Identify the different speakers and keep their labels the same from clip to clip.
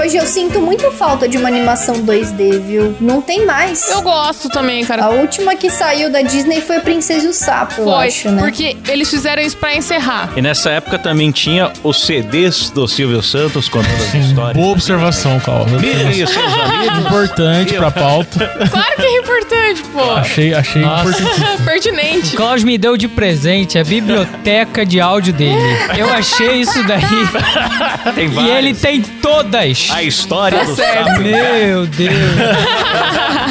Speaker 1: hoje eu sinto muito falta de uma animação 2D, viu? Não tem mais.
Speaker 2: Eu gosto também, cara.
Speaker 1: A última que saiu da Disney foi a Princesa e o Sapo, eu
Speaker 2: Foi,
Speaker 1: acho, né?
Speaker 2: porque eles fizeram isso pra encerrar.
Speaker 3: E nessa época também tinha os CDs do Silvio Santos contando as histórias.
Speaker 4: Boa observação, Carl.
Speaker 3: Mire e seus amigos.
Speaker 4: Importante pra pauta.
Speaker 2: Claro que é importante, pô.
Speaker 4: Achei, achei importantíssimo.
Speaker 2: Pertinente.
Speaker 5: Cláudio me deu de presente a biblioteca de áudio dele. Eu achei isso daí.
Speaker 3: Tem
Speaker 5: e
Speaker 3: vários.
Speaker 5: ele tem todas.
Speaker 3: A história do
Speaker 2: certo.
Speaker 3: sapo.
Speaker 5: Meu Deus.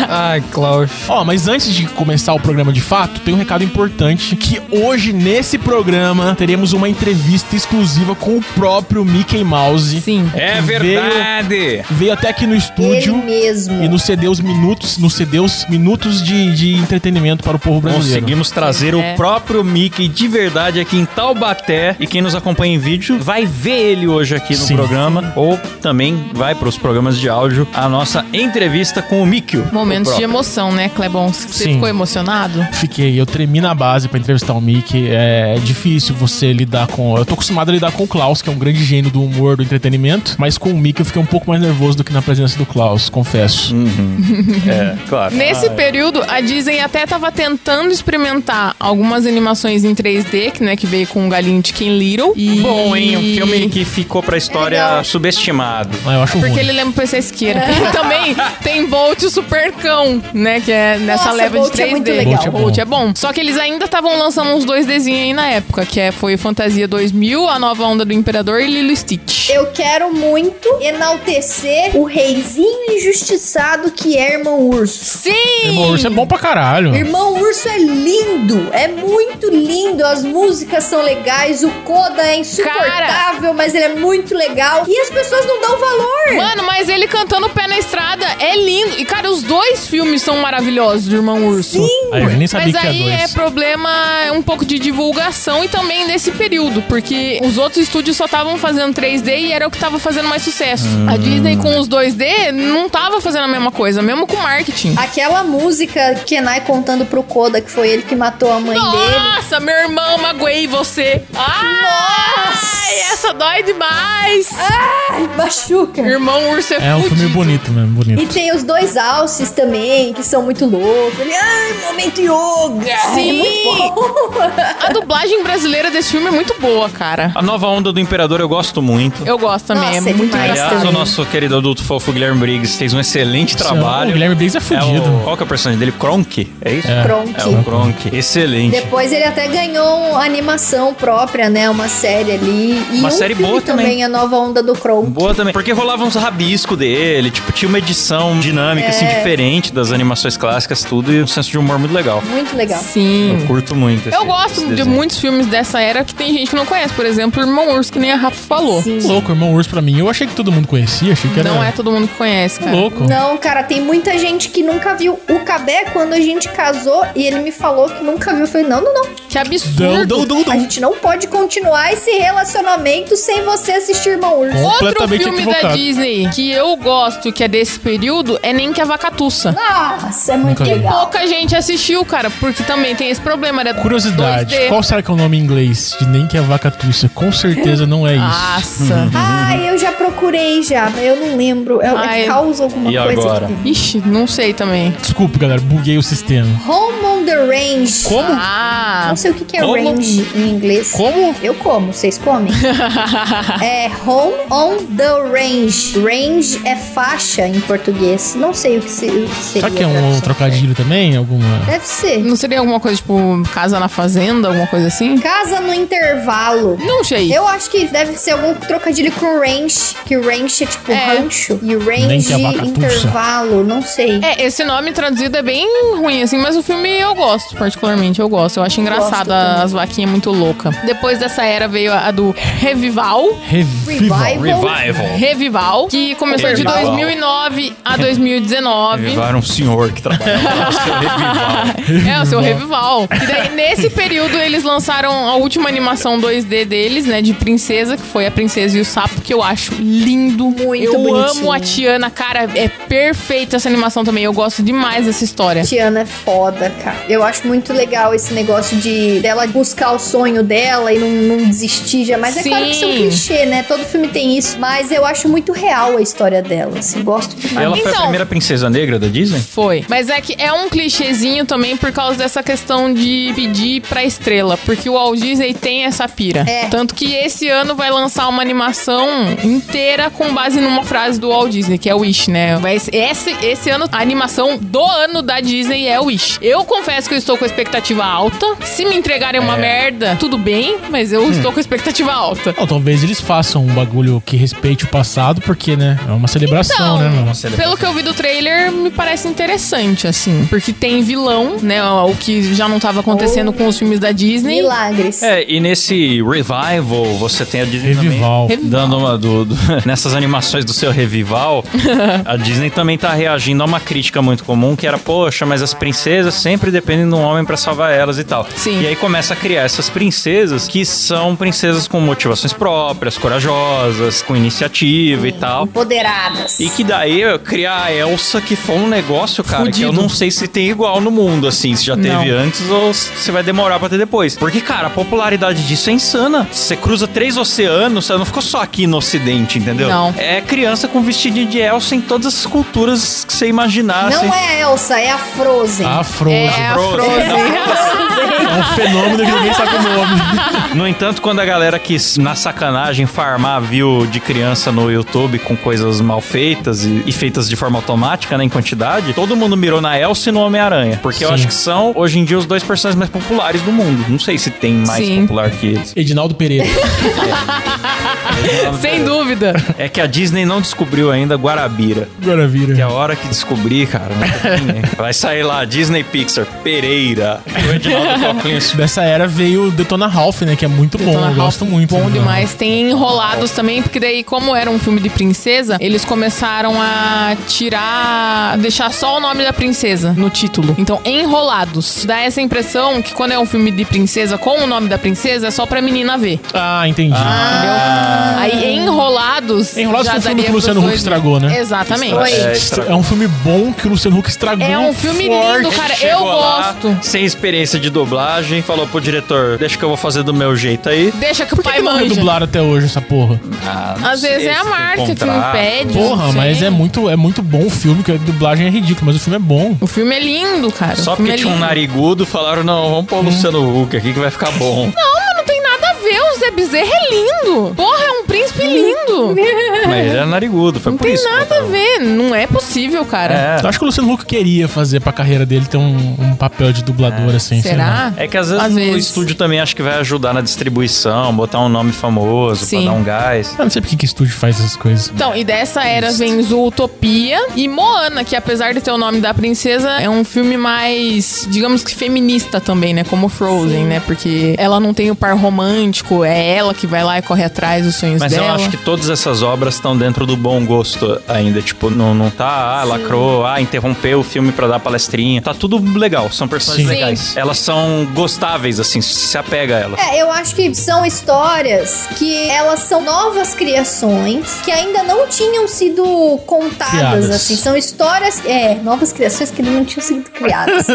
Speaker 5: Ai, Cláudio.
Speaker 4: Ó, mas antes de começar o programa de fato, tem um recado importante que hoje nesse programa teremos uma entrevista exclusiva com o próprio Mickey Mouse.
Speaker 2: Sim.
Speaker 3: É
Speaker 4: Que
Speaker 3: verdade.
Speaker 4: Veio até aqui no
Speaker 1: Ele
Speaker 4: estúdio
Speaker 1: mesmo.
Speaker 4: e nos cedeu os minutos, nos cedeu os minutos de, de entretenimento para o povo brasileiro.
Speaker 3: Conseguimos trazer
Speaker 2: É.
Speaker 3: o próprio Mickey de verdade aqui em Taubaté. E quem nos acompanha em vídeo vai ver ele hoje aqui no
Speaker 4: Sim.
Speaker 3: programa. Ou também vai para os programas de áudio a nossa entrevista com o Mickey.
Speaker 2: Momentos
Speaker 3: O
Speaker 2: de
Speaker 3: próprio.
Speaker 2: emoção, né, Clebon? Você
Speaker 4: Sim.
Speaker 2: ficou emocionado?
Speaker 4: Fiquei, eu tremi na base pra entrevistar o Mickey. É difícil você lidar com. Eu tô acostumado a lidar com o Klaus, que é um grande gênio do humor, do entretenimento. Mas com o Mickey eu fiquei um pouco mais nervoso do que na presença do Klaus, confesso.
Speaker 3: Hum. É, claro.
Speaker 2: Nesse período, a Disney até tava tentando experimentar algumas animações em 3D, que, né, que veio com o galinho de Ken Little. E...
Speaker 3: Bom, hein? Um filme que ficou pra história
Speaker 1: Legal.
Speaker 3: subestimado.
Speaker 4: Ah, eu acho
Speaker 2: Porque
Speaker 4: ruim.
Speaker 2: ele é lembra o PC Esqueira.
Speaker 1: É.
Speaker 2: E também tem Bolt o Supercão, né? Que é nessa
Speaker 1: Nossa,
Speaker 2: leva
Speaker 1: Bolt
Speaker 2: de
Speaker 1: é
Speaker 2: 3D.
Speaker 1: muito legal.
Speaker 4: Bolt é bom.
Speaker 2: Bolt é bom. Só que eles ainda estavam lançando uns 2Dzinhos aí na época, que é, foi Fantasia 2000, A Nova Onda do Imperador e Lilo Stitch.
Speaker 1: Eu quero muito enaltecer o reizinho injustiçado que é Irmão Urso.
Speaker 2: Sim!
Speaker 4: Irmão Urso é bom pra caralho.
Speaker 1: Irmão Urso é lindo, é muito lindo, as músicas são legais, o Koda é insuportável, mas ele é muito legal e as pessoas não dão valor.
Speaker 2: Mano, mas ele cantando Pé na Estrada é lindo. E, cara, os dois filmes são maravilhosos do Irmão Urso. Sim!
Speaker 4: Aí, eu nem sabia
Speaker 2: Mas
Speaker 4: que
Speaker 2: aí
Speaker 4: é
Speaker 2: é
Speaker 4: dois.
Speaker 2: problema um pouco de divulgação e também desse período, porque os outros estúdios só estavam fazendo 3D e era o que tava fazendo mais sucesso.
Speaker 4: Ah.
Speaker 2: A Disney com os 2D não tava fazendo a mesma coisa, mesmo com marketing.
Speaker 1: Aquela música Kenai contando pro Koda que foi ele que matou a mãe dele.
Speaker 2: Nossa, meu irmão, magoei você. Ai, essa dói demais.
Speaker 1: Ai, machuca.
Speaker 2: Irmão urso é,
Speaker 4: É um
Speaker 2: fudido.
Speaker 4: filme bonito mesmo,
Speaker 1: E
Speaker 4: bonito.
Speaker 1: tem os dois alces também, que são muito loucos. Ele, ai, momento yoga.
Speaker 2: Sim.
Speaker 1: É muito bom.
Speaker 2: A dublagem brasileira desse filme é muito boa, cara.
Speaker 3: A nova onda do Imperador eu gosto muito.
Speaker 2: Eu gosto também,
Speaker 1: Nossa,
Speaker 2: é
Speaker 1: é
Speaker 2: muito
Speaker 1: demais.
Speaker 2: engraçado.
Speaker 3: Aliás,
Speaker 1: também.
Speaker 3: o nosso querido adulto fofo Guilherme Briggs fez um excelente trabalho.
Speaker 4: O Guilherme Briggs é
Speaker 3: É
Speaker 4: fudido.
Speaker 3: o- qual que é o personagem dele? Kronk? É isso?
Speaker 4: É.
Speaker 1: Kronk.
Speaker 3: É o Kronk. Excelente.
Speaker 1: Depois ele até ganhou uma animação própria, né? Uma série ali. E
Speaker 3: Uma
Speaker 1: um
Speaker 3: série
Speaker 1: filme
Speaker 3: boa também.
Speaker 1: A nova onda do Kronk.
Speaker 3: Boa também. Porque rolava uns rabisco dele, tipo, tinha uma edição dinâmica, assim,
Speaker 2: É.
Speaker 3: diferente das animações clássicas, tudo, e um senso de humor muito legal.
Speaker 1: Muito legal.
Speaker 2: Sim.
Speaker 3: Eu curto muito.
Speaker 2: Eu
Speaker 3: esse- esse
Speaker 2: gosto de
Speaker 3: desenho.
Speaker 2: muitos filmes dessa era que tem gente que não conhece. Por exemplo, Irmão Urso, que nem a Rafa falou.
Speaker 4: Louco, Irmão Urso pra mim. Eu achei que todo mundo conhecia, achei que era...
Speaker 2: Não é todo mundo que conhece, cara.
Speaker 4: Louco.
Speaker 1: Não, cara, tem muita gente que nunca viu. O Cabé, quando a gente casou e ele me falou que nunca viu, eu falei: não, não, não.
Speaker 2: Que
Speaker 4: Dão,
Speaker 2: absurdo.
Speaker 4: dão, dão,
Speaker 1: A
Speaker 4: dão.
Speaker 1: gente não pode continuar esse relacionamento sem você assistir Irmão Urso.
Speaker 2: Outro
Speaker 4: Completamente
Speaker 2: filme da
Speaker 4: equivocado.
Speaker 2: Disney que eu gosto, que é desse período, é Nem que a Vacatuça.
Speaker 1: Nossa, é muito
Speaker 4: Nunca vi.
Speaker 1: legal.
Speaker 2: Pouca gente assistiu, cara, porque também tem esse problema, era
Speaker 4: Curiosidade,
Speaker 2: 2D.
Speaker 4: qual será que é o nome em inglês de Nem Que a Vaca Tussa? Com certeza não é isso.
Speaker 2: Ah, Nossa.
Speaker 1: Ai, eu já procurei já, mas eu não lembro. É,
Speaker 2: Ai.
Speaker 1: é causa alguma
Speaker 3: E
Speaker 1: coisa
Speaker 3: agora?
Speaker 1: que tem.
Speaker 2: Ixi, não sei também.
Speaker 4: Desculpa, galera, buguei o sistema.
Speaker 1: Home on the Range.
Speaker 4: Como?
Speaker 2: Ah.
Speaker 1: Não sei o que, que é
Speaker 4: Como?
Speaker 1: range em inglês.
Speaker 4: Como?
Speaker 1: Eu como, vocês comem? é home on the range. Range é faixa em português. Não sei o que, se, o que seria.
Speaker 4: Será que é
Speaker 1: a
Speaker 4: um
Speaker 1: tradução.
Speaker 4: trocadilho também? Alguma.
Speaker 1: Deve ser.
Speaker 2: Não seria alguma coisa tipo Casa na Fazenda, alguma coisa assim?
Speaker 1: Casa no intervalo.
Speaker 2: Não sei.
Speaker 1: Eu acho que deve ser algum trocadilho com range, que range é tipo
Speaker 2: É.
Speaker 1: rancho. E
Speaker 4: Nem que
Speaker 1: range
Speaker 4: a vacatuça.
Speaker 1: intervalo, não sei.
Speaker 2: É, esse nome traduzido é bem ruim, assim, mas o filme eu gosto, particularmente, eu gosto. Eu acho engraçado
Speaker 1: também.
Speaker 2: as vaquinhas é muito louca. Depois dessa era veio a do Revival.
Speaker 4: Revival.
Speaker 3: Revival.
Speaker 2: Revival, que começou
Speaker 3: Revival.
Speaker 2: de 2009 a 2019.
Speaker 3: Revival era um senhor que trabalhava.
Speaker 2: É, o seu Revival. E daí, nesse período, eles lançaram a última animação animação 2D deles, né? De princesa, que foi a princesa e o sapo, que eu acho lindo.
Speaker 1: Muito
Speaker 2: Eu
Speaker 1: bonitinho.
Speaker 2: amo a Tiana, cara. É perfeita essa animação também. Eu gosto demais dessa história.
Speaker 1: Tiana é foda, cara. Eu acho muito legal esse negócio de dela buscar o sonho dela e não, não desistir jamais. É claro que isso é um
Speaker 2: Sim.
Speaker 1: clichê, né? Todo filme tem isso, mas eu acho muito real a história dela. Assim, gosto demais.
Speaker 3: Ela foi a
Speaker 2: Então-
Speaker 3: primeira princesa negra da Disney?
Speaker 2: Foi. Mas é que é um clichêzinho também por causa dessa questão de pedir pra estrela. Porque o Walt Disney tem essa pira.
Speaker 1: É.
Speaker 2: Tanto que esse ano vai lançar uma animação inteira com base numa frase do Walt Disney, que é Wish, né? Mas esse, esse ano, a animação do ano da Disney é Wish. Eu confesso que eu estou com expectativa alta. Se me entregarem uma merda, tudo bem, mas eu estou com expectativa alta.
Speaker 4: Não, talvez eles façam um bagulho que respeite o passado, porque, né? É uma celebração,
Speaker 2: Então,
Speaker 4: né, mano?
Speaker 3: Nossa, ele-
Speaker 2: Pelo que eu vi do trailer, me parece interessante, assim. Porque tem vilão, né? O que já não tava acontecendo com os filmes da Disney.
Speaker 1: Milagres.
Speaker 3: É, e nesse revival, você tem a Disney também
Speaker 4: Revival.
Speaker 3: Dando uma do, do- nessas animações do seu revival, a Disney também tá reagindo a uma crítica muito comum que era, poxa, mas as princesas sempre dependem de um homem pra salvar elas e tal.
Speaker 2: Sim.
Speaker 3: E aí começa a criar essas princesas que são princesas com motivações próprias, corajosas, com iniciativa e tal.
Speaker 1: Empoderadas.
Speaker 3: E que daí eu criar a Elsa, que foi um negócio, cara, que eu
Speaker 2: Fudido.
Speaker 3: não sei se tem igual no mundo, assim, se já teve
Speaker 2: Não.
Speaker 3: antes ou se se vai demorar pra ter depois. Porque, cara, a popularidade disso é insana. Você cruza três oceanos, você não ficou só aqui no ocidente, entendeu?
Speaker 2: Não.
Speaker 3: É criança com vestidinho de Elsa em todas as culturas que você imaginar, assim.
Speaker 1: Não é a Elsa, é a Frozen.
Speaker 4: A Frozen.
Speaker 2: É a
Speaker 3: Frozen.
Speaker 2: Frozen.
Speaker 4: Tá assim. É um fenômeno que ninguém sabe o nome.
Speaker 3: No entanto, quando a galera quis, na sacanagem, farmar view de criança no YouTube com coisas mal feitas e, e feitas de forma automática, né, em quantidade, todo mundo mirou na Elsa e no Homem-Aranha. Porque eu
Speaker 4: Sim.
Speaker 3: acho que são, hoje em dia, os dois personagens mais populares do mundo. Não sei se tem mais
Speaker 2: Sim.
Speaker 3: popular que eles.
Speaker 4: Edinaldo Pereira.
Speaker 2: Sem dúvida.
Speaker 3: É que a Disney não descobriu ainda Guarabira.
Speaker 4: Agora vira.
Speaker 3: Que é a hora que descobrir, cara, não tem, né? vai sair lá, Disney Pixar, Pereira. O Edinaldo Coclinho
Speaker 4: Dessa era veio o Detona Ralph, né? Que é muito bom,
Speaker 2: Detona
Speaker 4: eu
Speaker 2: Ralph,
Speaker 4: gosto muito.
Speaker 2: Então, Bom
Speaker 4: né?
Speaker 2: demais. Tem Enrolados também, porque daí, como era um filme de princesa, eles começaram a tirar. deixar só o nome da princesa no título. Então, Enrolados. Dá essa impressão que quando é um filme de princesa com o nome da princesa, é só pra menina ver.
Speaker 4: Ah, entendi.
Speaker 2: Aí, Enrolados.
Speaker 4: Ah. Enrolados
Speaker 2: já
Speaker 4: foi um filme
Speaker 2: daria
Speaker 4: que o
Speaker 2: pros
Speaker 4: Luciano Huck
Speaker 2: dois-
Speaker 4: estragou, né?
Speaker 2: Exatamente.
Speaker 1: Foi.
Speaker 3: É,
Speaker 4: Estra- É um filme bom que o Luciano Huck estragou.
Speaker 2: É um filme
Speaker 4: forte.
Speaker 2: lindo, cara. Eu
Speaker 3: Chegou lá,
Speaker 2: gosto.
Speaker 3: Sem experiência de dublagem, falou pro diretor: deixa que eu vou fazer do meu jeito aí.
Speaker 2: Deixa que o
Speaker 4: Por que,
Speaker 2: pai
Speaker 4: que não
Speaker 2: manja.
Speaker 4: redublaram até hoje essa porra?
Speaker 3: Ah, não
Speaker 2: Às
Speaker 3: sei
Speaker 2: vezes é
Speaker 3: se
Speaker 2: a
Speaker 3: tem
Speaker 2: marca que
Speaker 3: contrato.
Speaker 2: impede.
Speaker 4: Porra,
Speaker 2: não
Speaker 4: mas
Speaker 2: sei.
Speaker 4: é muito, é muito bom o filme, que a dublagem é ridícula, mas o filme é bom.
Speaker 2: O filme é lindo, cara.
Speaker 3: Só
Speaker 2: o filme
Speaker 3: porque
Speaker 2: é
Speaker 3: tinha um
Speaker 2: lindo.
Speaker 3: narigudo, falaram: não, vamos pôr o Luciano Huck aqui que vai ficar bom.
Speaker 2: Não, mas não tem nada a ver. O Zé Bezerra é lindo. Porra, é um príncipe lindo.
Speaker 3: Mas ele era narigudo,
Speaker 2: É.
Speaker 3: foi
Speaker 2: Não
Speaker 3: por
Speaker 2: tem
Speaker 3: isso. que
Speaker 2: nada a
Speaker 3: botaram. É.
Speaker 2: ver. Não é possível, cara.
Speaker 3: Tá.
Speaker 4: Eu acho que o Luciano Huck queria fazer pra carreira dele ter um, um papel de dublador, assim. sei lá.
Speaker 2: Será?
Speaker 3: É. É que às vezes
Speaker 2: Às
Speaker 3: o
Speaker 2: vezes.
Speaker 3: estúdio também acho que vai ajudar na distribuição, botar um nome famoso
Speaker 2: Sim.
Speaker 3: pra dar um gás.
Speaker 4: Eu não sei porque que estúdio faz essas coisas.
Speaker 2: Então, e dessa era vem Zootopia e Moana, que apesar de ter o nome da princesa, é um filme mais, digamos que feminista também, né? Como Frozen, né? Porque ela não tem o par romântico, é ela que vai lá e corre atrás dos sonhos
Speaker 3: Mas
Speaker 2: dela.
Speaker 3: eu acho que todas essas obras estão dentro do bom gosto ainda. Tipo, não, não tá, ah, lacrou, ah, interrompeu o filme pra dar palestrinha. Tá tudo legal, são personagens
Speaker 4: Sim.
Speaker 3: legais.
Speaker 2: Sim.
Speaker 3: Elas são gostáveis, assim, se apega a elas.
Speaker 1: É, eu acho que são histórias que elas são novas criações que ainda não tinham sido contadas,
Speaker 4: Criadas.
Speaker 1: assim. São histórias. É, novas criações que ainda não tinham sido criadas.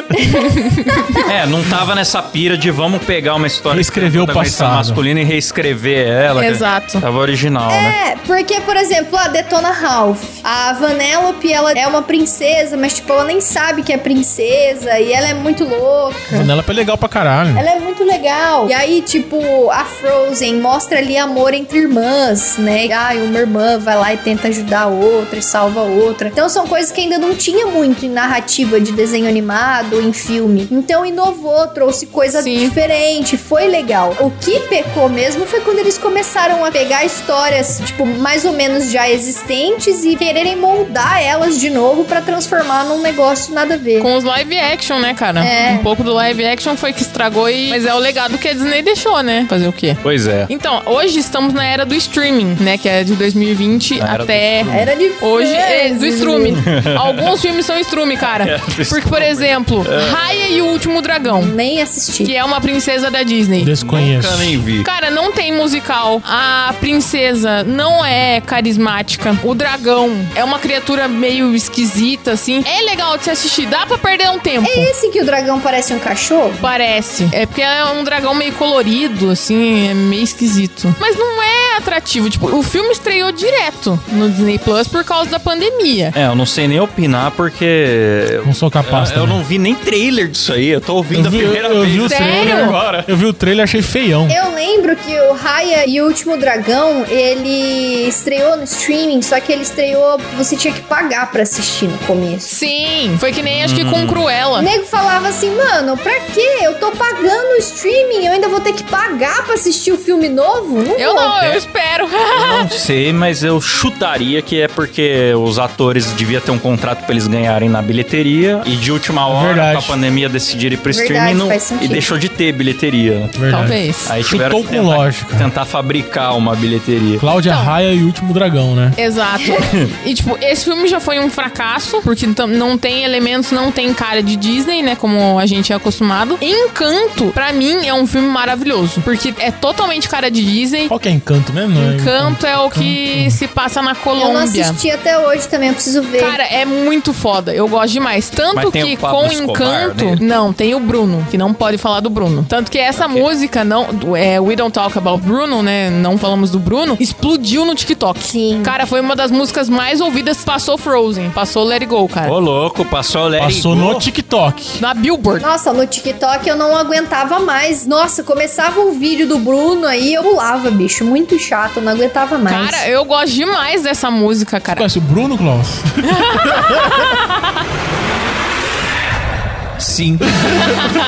Speaker 3: É, não tava nessa pira de vamos pegar uma história que
Speaker 4: Reescrever
Speaker 3: tem um
Speaker 4: o
Speaker 3: protagonista
Speaker 4: passado.
Speaker 3: masculino e reescrever ela.
Speaker 2: Exato.
Speaker 3: Tava original, né?
Speaker 1: é, porque, por exemplo, a Detona Ralph. A Vanellope, ela é uma princesa, mas, tipo, ela nem sabe que é princesa e ela é muito louca.
Speaker 4: Vanellope é legal pra caralho.
Speaker 1: Ela é muito legal. E aí, tipo, a Frozen mostra ali amor entre irmãs, né? Ai, uma irmã vai lá e tenta ajudar a outra e salva a outra. Então são coisas que ainda não tinha muito em narrativa de desenho animado, ou em filme. Então inovou, trouxe coisa
Speaker 2: Sim.
Speaker 1: diferente, foi legal. O que pecou mesmo foi quando eles começaram a pegar histórias, tipo, mais ou menos de já existentes e quererem moldar elas de novo pra transformar num negócio nada a ver.
Speaker 2: Com os live action, né, cara?
Speaker 1: É.
Speaker 2: Um pouco do live action foi que estragou e. Mas é o legado que a Disney deixou, né? Fazer o quê?
Speaker 3: Pois é.
Speaker 2: Então, hoje estamos na era do streaming, né? Que é de 2020
Speaker 3: Na era do
Speaker 2: até.
Speaker 1: Era de né?
Speaker 2: Hoje é do
Speaker 1: vezes.
Speaker 2: estrume. Alguns filmes são estrume,
Speaker 3: É,
Speaker 2: cara.
Speaker 3: do É.
Speaker 2: Porque, por
Speaker 3: estrume.
Speaker 2: exemplo, Raya e o Último Dragão,
Speaker 1: Nem assisti.
Speaker 2: que é uma princesa da Disney.
Speaker 4: Desconheço.
Speaker 3: Nunca nem vi.
Speaker 2: Cara, não tem musical. A princesa não é carismática. O dragão é uma criatura meio esquisita, assim. É legal de se assistir, dá pra perder um tempo.
Speaker 1: Esse que o dragão parece um cachorro?
Speaker 2: Parece. É porque é um dragão meio colorido, assim, é meio esquisito. Mas não é atrativo. Tipo, o filme estreou direto no Disney Plus por causa da pandemia.
Speaker 3: É, eu não sei nem opinar porque.
Speaker 4: Não sou capaz
Speaker 3: Eu, É, eu
Speaker 4: também.
Speaker 3: não vi nem trailer disso aí. Eu tô ouvindo
Speaker 4: né? Eu vi-
Speaker 3: a primeira
Speaker 4: eu
Speaker 3: vez.
Speaker 4: vi o
Speaker 2: Sério?
Speaker 4: trailer
Speaker 3: agora.
Speaker 4: Eu vi o trailer e achei feião.
Speaker 1: Eu lembro que o Raya e o Último Dragão, ele estreou no streaming, só que ele estreou, você tinha que pagar pra assistir no começo.
Speaker 2: Sim, foi que nem acho que com Cruella.
Speaker 1: O nego falava assim, mano, pra quê? Eu tô pagando o streaming, eu ainda vou ter que pagar pra assistir o filme novo? Não
Speaker 2: Eu
Speaker 1: vou.
Speaker 2: não, eu espero.
Speaker 3: Não sei, mas eu chutaria que é porque os atores devia ter um contrato pra eles ganharem na bilheteria e de última hora,
Speaker 4: Verdade.
Speaker 3: com a pandemia, decidiram ir pro
Speaker 1: Verdade,
Speaker 3: streaming não-
Speaker 1: faz sentido.
Speaker 3: e deixou de ter bilheteria.
Speaker 4: Verdade.
Speaker 2: Talvez.
Speaker 3: Aí
Speaker 4: Chutou
Speaker 3: tiveram que
Speaker 4: com
Speaker 3: tentar,
Speaker 4: lógica.
Speaker 3: tentar fabricar uma bilheteria.
Speaker 4: Cláudia
Speaker 2: Então.
Speaker 4: Raia e o Último Dragão, né?
Speaker 2: Exato. e, tipo, esse filme já foi um fracasso, porque tam- não tem elementos, não tem cara de Disney, né? Como a gente é acostumado. Encanto, pra mim, é um filme maravilhoso, porque é totalmente cara de Disney.
Speaker 4: Qual que é Encanto mesmo? Não é
Speaker 2: Encanto é o que se passa na
Speaker 1: Eu não
Speaker 2: Colômbia.
Speaker 1: assisti até hoje também, eu preciso ver.
Speaker 2: Cara, é muito foda. Eu gosto demais. Tanto
Speaker 3: Mas tem
Speaker 2: que
Speaker 3: o Pablo
Speaker 2: com
Speaker 3: Escobar
Speaker 2: Encanto.
Speaker 3: nele?
Speaker 2: Não, tem o Bruno, que não pode falar do Bruno. Tanto que essa música, não. do- É, We Don't Talk About Bruno, né? Não falamos do Bruno. Explodiu no TikTok.
Speaker 1: Sim.
Speaker 2: Cara, foi uma das músicas mais ouvidas. Passou Frozen, passou Let It Go, cara.
Speaker 3: Ô, louco, passou o Larry
Speaker 4: Passou
Speaker 3: Go.
Speaker 4: no TikTok.
Speaker 2: Na Billboard.
Speaker 1: Nossa, no TikTok eu não aguentava mais. Nossa, começava um vídeo do Bruno aí, eu pulava, bicho. Muito chato, eu não aguentava mais.
Speaker 2: Cara, eu gosto demais dessa música, cara.
Speaker 4: Conhece o Bruno Klaus?
Speaker 3: Sim.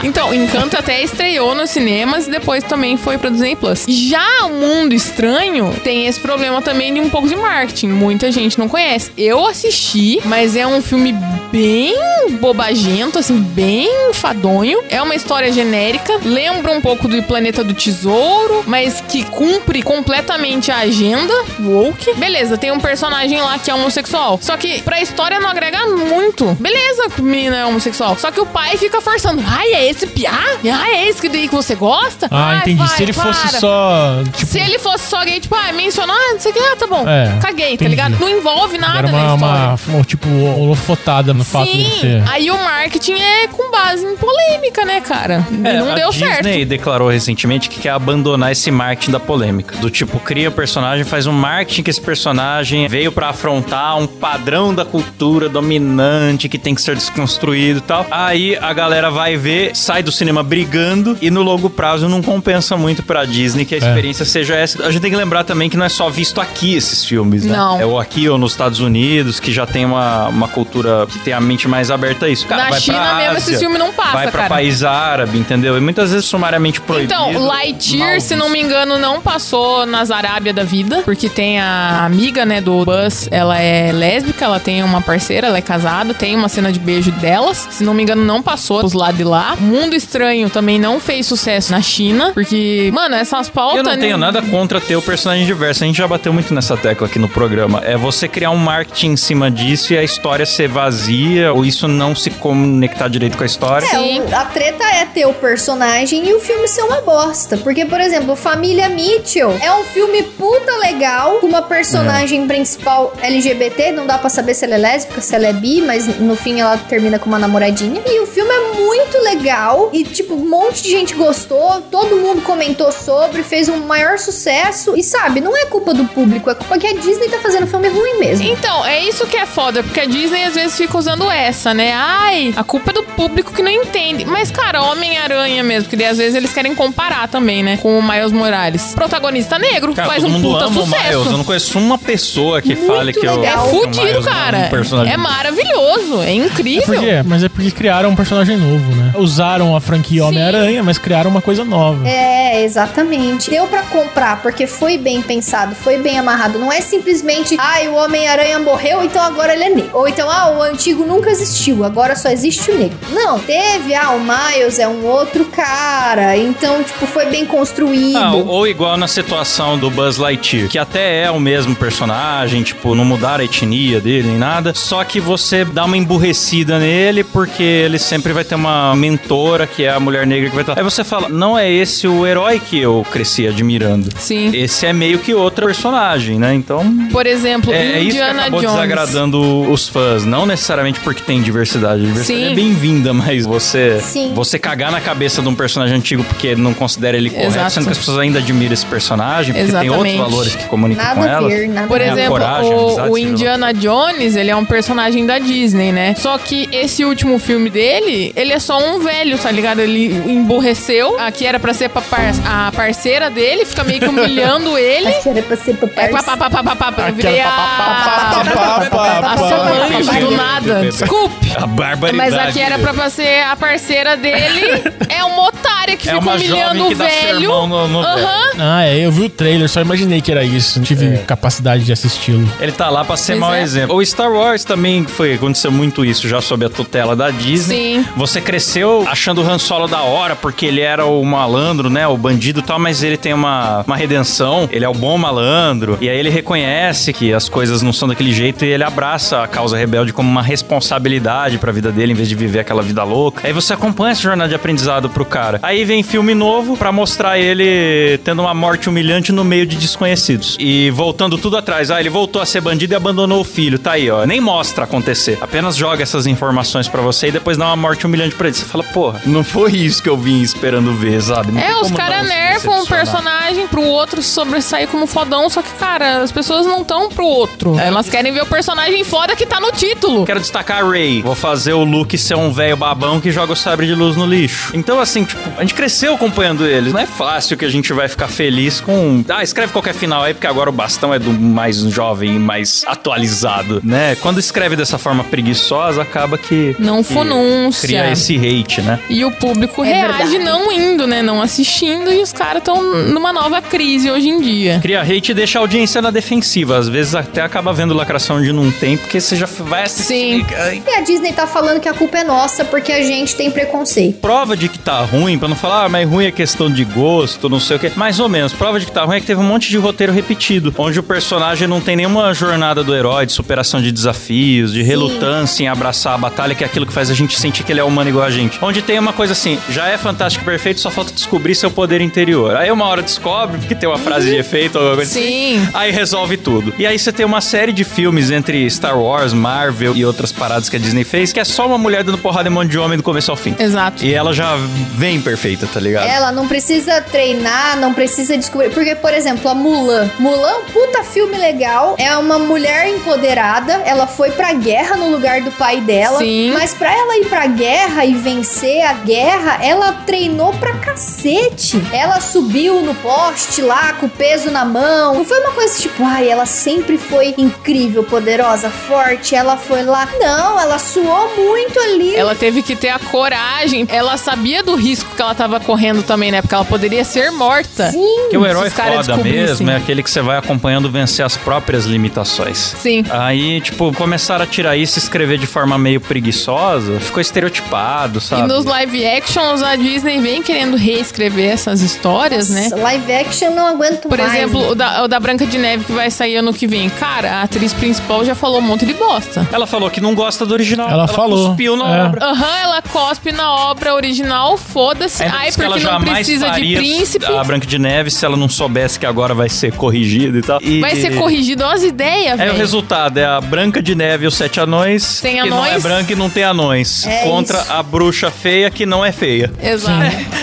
Speaker 2: Então, Encanto até estreou nos cinemas e depois também foi pra Disney Plus. Já o Mundo Estranho tem esse problema também de um pouco de marketing. Muita gente não conhece. Eu assisti, mas é um filme bem bobagento, assim, bem enfadonho. É uma história genérica, lembra um pouco do Planeta do Tesouro, mas que cumpre completamente a agenda woke. Beleza, tem um personagem lá que é homossexual. Só que pra história não agrega muito. Beleza, que menina é homossexual. Só que o pai fica forçando. Ai, é esse piá? Ai, é esse que daí que você gosta?
Speaker 4: Ah,
Speaker 2: Ai,
Speaker 4: entendi.
Speaker 2: vai,
Speaker 4: Se ele
Speaker 2: para."
Speaker 4: fosse só. Tipo,
Speaker 2: Se ele fosse só gay, tipo, ah, mencionou, ah, não sei o que, ah, tá bom.
Speaker 4: É,
Speaker 2: Caguei, tá
Speaker 4: entendi.
Speaker 2: ligado? Não envolve nada
Speaker 4: era
Speaker 2: na
Speaker 4: uma,
Speaker 2: história.
Speaker 4: uma, uma, tipo, holofotada no fato dele ser.
Speaker 2: Aí o marketing é com base em polêmica, né, cara?
Speaker 3: É,
Speaker 2: não
Speaker 3: a
Speaker 2: deu
Speaker 3: Disney
Speaker 2: certo.
Speaker 3: declarou recentemente que quer abandonar esse marketing da polêmica. Do tipo, cria o personagem, faz um marketing que esse personagem veio pra afrontar um padrão da cultura dominante que tem que ser desconstruído e tal. Aí a galera vai ver, sai do cinema brigando e no longo prazo não compensa muito pra Disney que a experiência seja essa. A gente tem que lembrar também que não é só visto aqui esses filmes, né?
Speaker 2: Não.
Speaker 3: É ou aqui ou nos Estados Unidos, que já tem uma, uma cultura que tem a mente mais aberta a isso. Cara,
Speaker 2: Na
Speaker 3: vai
Speaker 2: China
Speaker 3: pra
Speaker 2: mesmo
Speaker 3: Ásia,
Speaker 2: esse filme não passa,
Speaker 3: vai pra
Speaker 2: cara.
Speaker 3: país árabe, entendeu? E muitas vezes sumariamente proibido.
Speaker 2: Então,
Speaker 3: mal
Speaker 2: Lightyear, se não
Speaker 3: visto.
Speaker 2: me engano, não passou nas Arábia da vida, porque tem a amiga, né, do Buzz, ela é lésbica, ela tem uma parceira, ela é casada, tem uma cena de beijo delas. Se não me engano, não passou os lá de lá. Mundo Estranho também não fez sucesso na China, porque, mano, essas pautas...
Speaker 3: Eu não
Speaker 2: né,
Speaker 3: tenho nada contra ter o personagem diverso. A gente já bateu muito nessa tecla aqui no programa. É você criar um marketing em cima disso e a história ser vazia ou isso não se conectar direito com a história.
Speaker 1: É,
Speaker 2: Sim.
Speaker 1: o- a treta é ter o personagem e o filme ser uma bosta. Porque, por exemplo, Família Mitchell é um filme puta legal, com uma personagem principal LGBT, não dá pra saber se ela é lésbica, se ela é bi, mas no fim ela termina com uma namoradinha. E o filme é muito legal, e tipo, um monte de gente gostou, todo mundo comentou sobre, fez um maior sucesso. E sabe, não é culpa do público, é culpa que a Disney tá fazendo filme ruim mesmo.
Speaker 2: Então, é isso que é foda, porque a Disney às vezes fica usando essa, né? Ai, a culpa é do público que não entende. Mas, cara, Homem-Aranha mesmo, que daí às vezes eles querem comparar também, né? Com o Miles Morales. Protagonista negro,
Speaker 3: Cara,
Speaker 2: faz
Speaker 3: todo
Speaker 2: um
Speaker 3: mundo
Speaker 2: puta
Speaker 3: ama o Miles. Eu
Speaker 2: sucesso.
Speaker 3: não conheço uma pessoa que fale que eu.
Speaker 1: legal.
Speaker 2: É
Speaker 1: Não,
Speaker 3: que o Miles
Speaker 2: fudido,
Speaker 3: não um
Speaker 2: cara.
Speaker 3: personagem.
Speaker 2: É maravilhoso, é
Speaker 4: É
Speaker 2: incrível.
Speaker 4: porque, mas é porque criaram um personagem novo, né? Usaram a franquia
Speaker 2: Sim.
Speaker 4: Homem-Aranha, mas criaram uma coisa nova.
Speaker 1: É, exatamente. Deu pra comprar, porque foi bem pensado, foi bem amarrado. Não é simplesmente, ai, o Homem-Aranha morreu, então agora ele é negro. Ou então, ah, o antigo nunca existiu, agora só existe o negro. Não, teve, ah, o Miles é um outro cara. Então, tipo, foi bem construído.
Speaker 3: Ah, ou, ou igual na situação do Buzz Lightyear, que até é o mesmo personagem, tipo, não mudaram a etnia dele nem nada, só que você dá uma emburrecida nele porque ele sempre vai ter uma mentora que é a mulher negra que vai estar. Aí você fala, não é esse o herói que eu cresci admirando.
Speaker 2: Sim.
Speaker 3: Esse é meio que outro personagem, né? Então,
Speaker 2: Por exemplo,
Speaker 3: é, é isso que
Speaker 2: Indiana
Speaker 3: acabou
Speaker 2: Jones.
Speaker 3: desagradando os fãs. Não necessariamente porque tem diversidade. A diversidade
Speaker 2: Sim.
Speaker 3: é bem-vinda, mas você,
Speaker 1: Sim.
Speaker 3: você cagar na cabeça de um personagem antigo porque não considera ele correto,
Speaker 2: Exato.
Speaker 3: sendo que as pessoas ainda admiram esse personagem, porque tem outros
Speaker 2: Exatamente.
Speaker 3: valores que comunicam com
Speaker 1: Nada a
Speaker 3: elas.
Speaker 1: ver, nada
Speaker 2: Por
Speaker 1: a ver.
Speaker 2: exemplo,
Speaker 3: coragem,
Speaker 2: o-
Speaker 3: amizade,
Speaker 2: o,
Speaker 3: sei lá.
Speaker 2: Indiana Jones, ele é um personagem da Disney, né? Só que esse último filme dele, ele é só um velho, tá ligado? Ele emborreceu. Aqui era pra ser pra par- a parceira dele, fica meio que humilhando ele.
Speaker 1: Acho que era pra ser pro
Speaker 2: É pá,
Speaker 1: parceiro.
Speaker 2: pá, pá, pá, pá, pá, pá. Eu virei a...
Speaker 4: Pá, pá, pá,
Speaker 2: A
Speaker 4: pá, pá.
Speaker 2: Solange do nada. Desculpe.
Speaker 3: A barbaridade.
Speaker 2: é. Mas aqui era pra ser a parceira dele. É uma otária que
Speaker 3: É
Speaker 2: fica
Speaker 3: uma
Speaker 2: humilhando
Speaker 3: jovem
Speaker 2: o
Speaker 3: que dá
Speaker 2: velho.
Speaker 3: sermão no, no velho.
Speaker 2: Aham.
Speaker 4: Ah, é, eu vi o trailer, só imaginei que era isso. Não tive capacidade de assisti-lo.
Speaker 3: Ele tá lá pra ser
Speaker 2: Pois
Speaker 3: mau
Speaker 2: é.
Speaker 3: exemplo. O Star Wars também foi, aconteceu muito isso, já sob a tutela da Disney.
Speaker 2: Sim.
Speaker 3: Você cresceu achando o Han Solo da hora, porque ele era o malandro, né? O bandido e tal, mas ele tem uma, uma redenção. Ele é o bom malandro. E aí ele reconhece que as coisas não são daquele jeito e ele abraça a causa rebelde como uma responsabilidade pra vida dele, em vez de viver aquela vida louca. Aí você acompanha essa jornada de aprendizado pro cara. Aí vem filme novo pra mostrar ele tendo uma morte humilhante no meio de desconhecidos. E voltando tudo atrás. Ah, ele voltou a ser bandido e abandonou o filho. Tá aí, ó. Nem mostra acontecer. Apenas joga essas informações pra você e depois dá uma morte humilhante pra ele. Você fala, porra, não foi isso que eu vim esperando ver, sabe? Não tem
Speaker 2: É, os
Speaker 3: como
Speaker 2: caras
Speaker 3: não se
Speaker 2: nerfam um
Speaker 3: decepcionar.
Speaker 2: personagem pro outro sobressair como fodão, só que, cara, as pessoas não estão pro outro.
Speaker 3: É.
Speaker 2: Elas querem ver o personagem foda que tá no título.
Speaker 3: Quero destacar a Ray. Vou fazer o Luke ser um velho babão que joga o sabre de luz no lixo. Então, assim, tipo, a gente cresceu acompanhando eles. Não é fácil que a gente vai ficar feliz com. Ah, escreve qualquer final aí, porque agora o bastão é do mais jovem e mais atualizado, né? Quando escreve dessa forma preguiçosa, acaba que.
Speaker 2: Não
Speaker 3: que
Speaker 2: fonúncia.
Speaker 3: Cria esse hate, né?
Speaker 2: E o público
Speaker 1: É
Speaker 2: reage
Speaker 1: verdade.
Speaker 2: não indo, né? Não assistindo, e os caras estão numa nova crise hoje em dia.
Speaker 3: Cria hate e deixa a audiência na defensiva. Às vezes até acaba vendo lacração onde não tem, porque você já vai assistir.
Speaker 2: Sim.
Speaker 3: Ai,
Speaker 1: E a Disney tá falando que a culpa é nossa porque a gente tem preconceito.
Speaker 3: prova de que tá ruim, pra não falar, ah, mas ruim é questão de gosto, não sei o que. Mais ou menos, prova de que tá ruim é que teve um monte de roteiro repetido, onde o personagem não tem nenhuma jornada do herói, de superação de desafios, de relutância em abraçar a batalha, que é aquilo que faz a gente sentir que ele é humano igual a gente. Onde tem uma coisa assim, já é fantástico e perfeito, só falta descobrir seu poder interior. Aí uma hora descobre, porque tem uma frase de efeito ou alguma coisa assim.
Speaker 2: Sim.
Speaker 3: Aí resolve tudo. E aí você tem uma série de filmes entre Star Wars, Marvel e outras paradas que a Disney fez, que é só uma mulher dando porrada em um monte de homem do começo ao fim.
Speaker 2: Exato.
Speaker 3: E ela já vem perfeita, tá ligado?
Speaker 2: É,
Speaker 1: Ela não precisa treinar, não precisa descobrir. Porque, por exemplo, a Mulan. Mulan, é um puta filme legal. É uma mulher empoderada. Ela foi pra guerra no lugar do pai dela.
Speaker 2: Sim.
Speaker 1: Mas pra ela ir pra guerra e vencer a guerra, ela treinou pra cacete. Ela subiu no poste lá com o peso na mão. Não foi uma coisa tipo, ai, ela sempre foi incrível, poderosa, forte. Ela foi lá. Não, ela suou muito ali.
Speaker 2: Ela teve que ter a coragem. Ela sabia do risco que ela tava correndo também, né? Porque ela poderia ser morta.
Speaker 1: Sim.
Speaker 3: Porque o herói
Speaker 2: Esses caras
Speaker 3: foda
Speaker 2: descobrissem.
Speaker 3: mesmo é aquele que você vai acompanhando vencer as próprias limitações.
Speaker 2: Sim.
Speaker 3: Aí, tipo, começaram a tirar isso e escrever de forma meio preguiçosa. Ficou estereotipado,
Speaker 2: E
Speaker 3: sabe?
Speaker 2: nos live actions, a Disney vem querendo reescrever essas histórias, né?
Speaker 1: Live action não aguento
Speaker 2: Por
Speaker 1: mais.
Speaker 2: exemplo, o da, o da Branca de Neve que vai sair ano que vem. Cara, a atriz principal já falou um monte de bosta.
Speaker 3: Ela falou que não gosta do original.
Speaker 4: Ela falou.
Speaker 3: cuspiu na
Speaker 4: É.
Speaker 3: obra.
Speaker 2: Aham, ela cospe na obra original, foda-se.
Speaker 3: Ainda
Speaker 2: Ai,
Speaker 3: disse É, que
Speaker 2: porque não precisa de
Speaker 3: faria
Speaker 2: príncipe.
Speaker 3: A Branca de Neve se ela não soubesse que agora vai ser corrigida e tal. E-
Speaker 2: Vai ser corrigido. Olha as ideias,
Speaker 3: É o
Speaker 2: velho.
Speaker 3: resultado, é a Branca de Neve e os Sete Anões.
Speaker 2: Tem
Speaker 3: Que não é
Speaker 2: anões?
Speaker 3: branca e não tem anões.
Speaker 1: É
Speaker 3: contra
Speaker 1: isso.
Speaker 3: a bruxa feia que não é feia.
Speaker 2: Exato.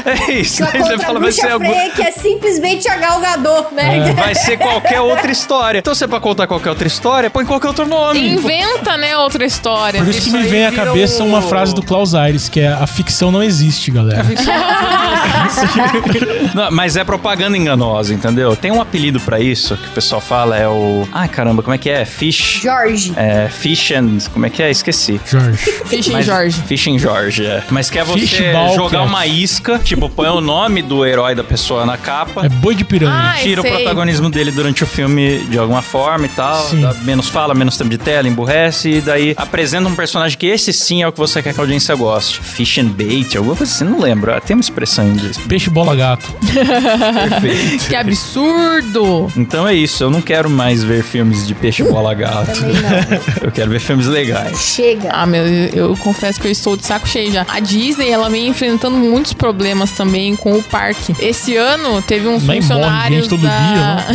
Speaker 3: É isso.
Speaker 1: Só
Speaker 3: Aí
Speaker 1: contra
Speaker 3: você
Speaker 1: a
Speaker 3: fala, vai
Speaker 1: bruxa
Speaker 3: ser, É.
Speaker 1: freia,
Speaker 3: algum-
Speaker 1: que é simplesmente a galgador, né?
Speaker 3: vai ser qualquer outra história. Então, se é pra contar qualquer outra história, põe qualquer outro nome.
Speaker 2: Inventa, né, outra história.
Speaker 4: Por isso que
Speaker 3: Isso
Speaker 4: me
Speaker 3: aí
Speaker 4: vem à
Speaker 3: vira
Speaker 4: cabeça
Speaker 3: um-
Speaker 4: uma frase do Klaus Aires, que é a ficção não existe, galera.
Speaker 3: Não, mas é propaganda enganosa, entendeu? Tem um apelido pra isso que o pessoal fala, é o. Ai caramba, como é que é? Fish.
Speaker 1: Jorge.
Speaker 3: É, Fish and. Como é que é? Esqueci.
Speaker 4: Jorge.
Speaker 2: Fish em
Speaker 3: Mas-
Speaker 2: Jorge.
Speaker 3: Fishing George, é. Mas que é você
Speaker 4: Fish Ball
Speaker 3: jogar
Speaker 4: Cats.
Speaker 3: uma isca, tipo, põe o nome do herói da pessoa na capa.
Speaker 4: É boi de piranha.
Speaker 1: Ah,
Speaker 2: Ai,
Speaker 3: Tira o
Speaker 2: sei.
Speaker 3: protagonismo dele durante o filme de alguma forma e tal.
Speaker 4: Sim.
Speaker 3: dá menos fala, menos tempo de tela, emburrece. E daí apresenta um personagem que esse sim é o que você quer que a audiência goste. Fish and bait, alguma coisa assim, não lembro. Ah, Tem uma expressão em inglês.
Speaker 4: Peixe bola gato.
Speaker 3: Perfeito.
Speaker 2: Que absurdo!
Speaker 3: Então é isso, eu não quero mais ver filmes de peixe bola gato.
Speaker 1: Também não.
Speaker 3: Eu quero ver filmes legais.
Speaker 1: Chega.
Speaker 2: Ah, meu, eu, eu confesso que eu estou de saco cheio já. A Disney, ela vem enfrentando muitos problemas também com o parque. Esse ano teve uns
Speaker 4: Mas morre
Speaker 2: funcionários
Speaker 4: gente todo né?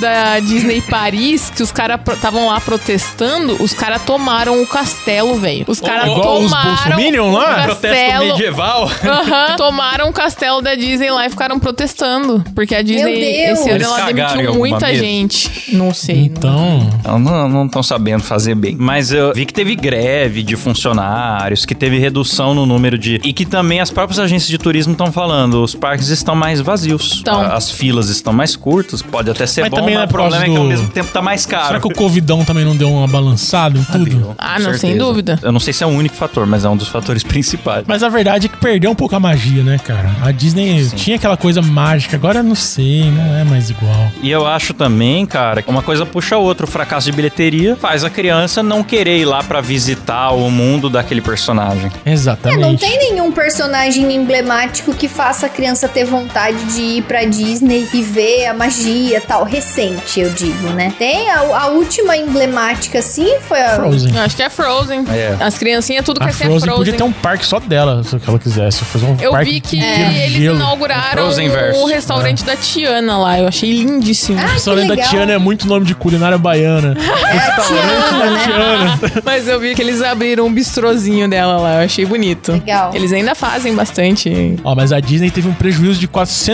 Speaker 2: da, da Disney Paris que os caras estavam lá protestando, os caras tomaram o castelo, velho. Os caras
Speaker 4: Igual os
Speaker 2: tomaram
Speaker 4: Bolsominion
Speaker 2: o
Speaker 4: lá?
Speaker 1: É
Speaker 3: Protesto
Speaker 2: castelo.
Speaker 3: medieval.
Speaker 2: Aham, tomaram o castelo da Disney lá e ficaram protestando. Porque a Disney,
Speaker 1: Deus.
Speaker 2: esse ano,
Speaker 3: Eles
Speaker 2: ela
Speaker 3: cagaram em
Speaker 2: demitiu
Speaker 3: alguma
Speaker 2: muita
Speaker 3: mesa?
Speaker 2: gente. Não sei. não-
Speaker 4: Então.
Speaker 3: Então, não estão sabendo fazer bem. Mas eu vi que teve greve de funcionários, que teve redução no número de. E que também as próprias agências de turismo estão falando. Os parques estão mais vazios.
Speaker 2: Estão.
Speaker 3: A- As filas estão mais curtas. Pode até ser
Speaker 4: Mas
Speaker 3: bom,
Speaker 4: também não
Speaker 3: mas
Speaker 4: é
Speaker 3: o
Speaker 4: por
Speaker 3: problema
Speaker 4: causa
Speaker 3: é que ao
Speaker 4: do-
Speaker 3: mesmo tempo tá mais caro.
Speaker 4: Será que o Covidão também não deu uma balançada em tudo?
Speaker 2: Ah, não, sem dúvida.
Speaker 3: Eu não sei se é o único fator, mas é um dos fatores principais.
Speaker 4: Mas a verdade é que perdeu um pouco a magia, né, cara? A Disney tinha aquela coisa mágica, agora eu não sei, não é mais igual.
Speaker 3: E eu acho também, cara, que uma coisa puxa a outra. O fracasso de bilheteria faz a criança não querer ir lá pra visitar o mundo daquele personagem.
Speaker 1: É,
Speaker 4: Exatamente.
Speaker 1: não tem nenhum personagem emblemático que faça a criança ter vontade de ir pra Disney e ver a magia e tal. Recente, eu digo, né? Tem a, a última emblemática, assim, foi a.
Speaker 4: Frozen.
Speaker 2: Eu Acho que é Frozen.
Speaker 3: É.
Speaker 2: As criancinhas, tudo
Speaker 4: A
Speaker 2: quer ser
Speaker 4: Frozen,
Speaker 2: Frozen.
Speaker 4: podia ter um parque só dela, se ela quisesse. Fazer um
Speaker 2: Eu
Speaker 4: parque
Speaker 2: vi que
Speaker 4: inteiro de
Speaker 2: eles
Speaker 4: gelo.
Speaker 2: inauguraram
Speaker 3: Frozenverse.
Speaker 2: o restaurante
Speaker 3: né?
Speaker 2: da Tiana lá. Eu achei lindíssimo.
Speaker 1: Ah,
Speaker 4: O restaurante da
Speaker 1: legal.
Speaker 4: Tiana é muito nome de culinária baiana.
Speaker 1: É a Tiana, né?
Speaker 2: Mas eu vi que eles abriram um bistrozinho dela lá. Eu achei bonito.
Speaker 1: Legal.
Speaker 2: Eles ainda fazem bastante.
Speaker 4: Ó, mas a Disney teve um prejuízo de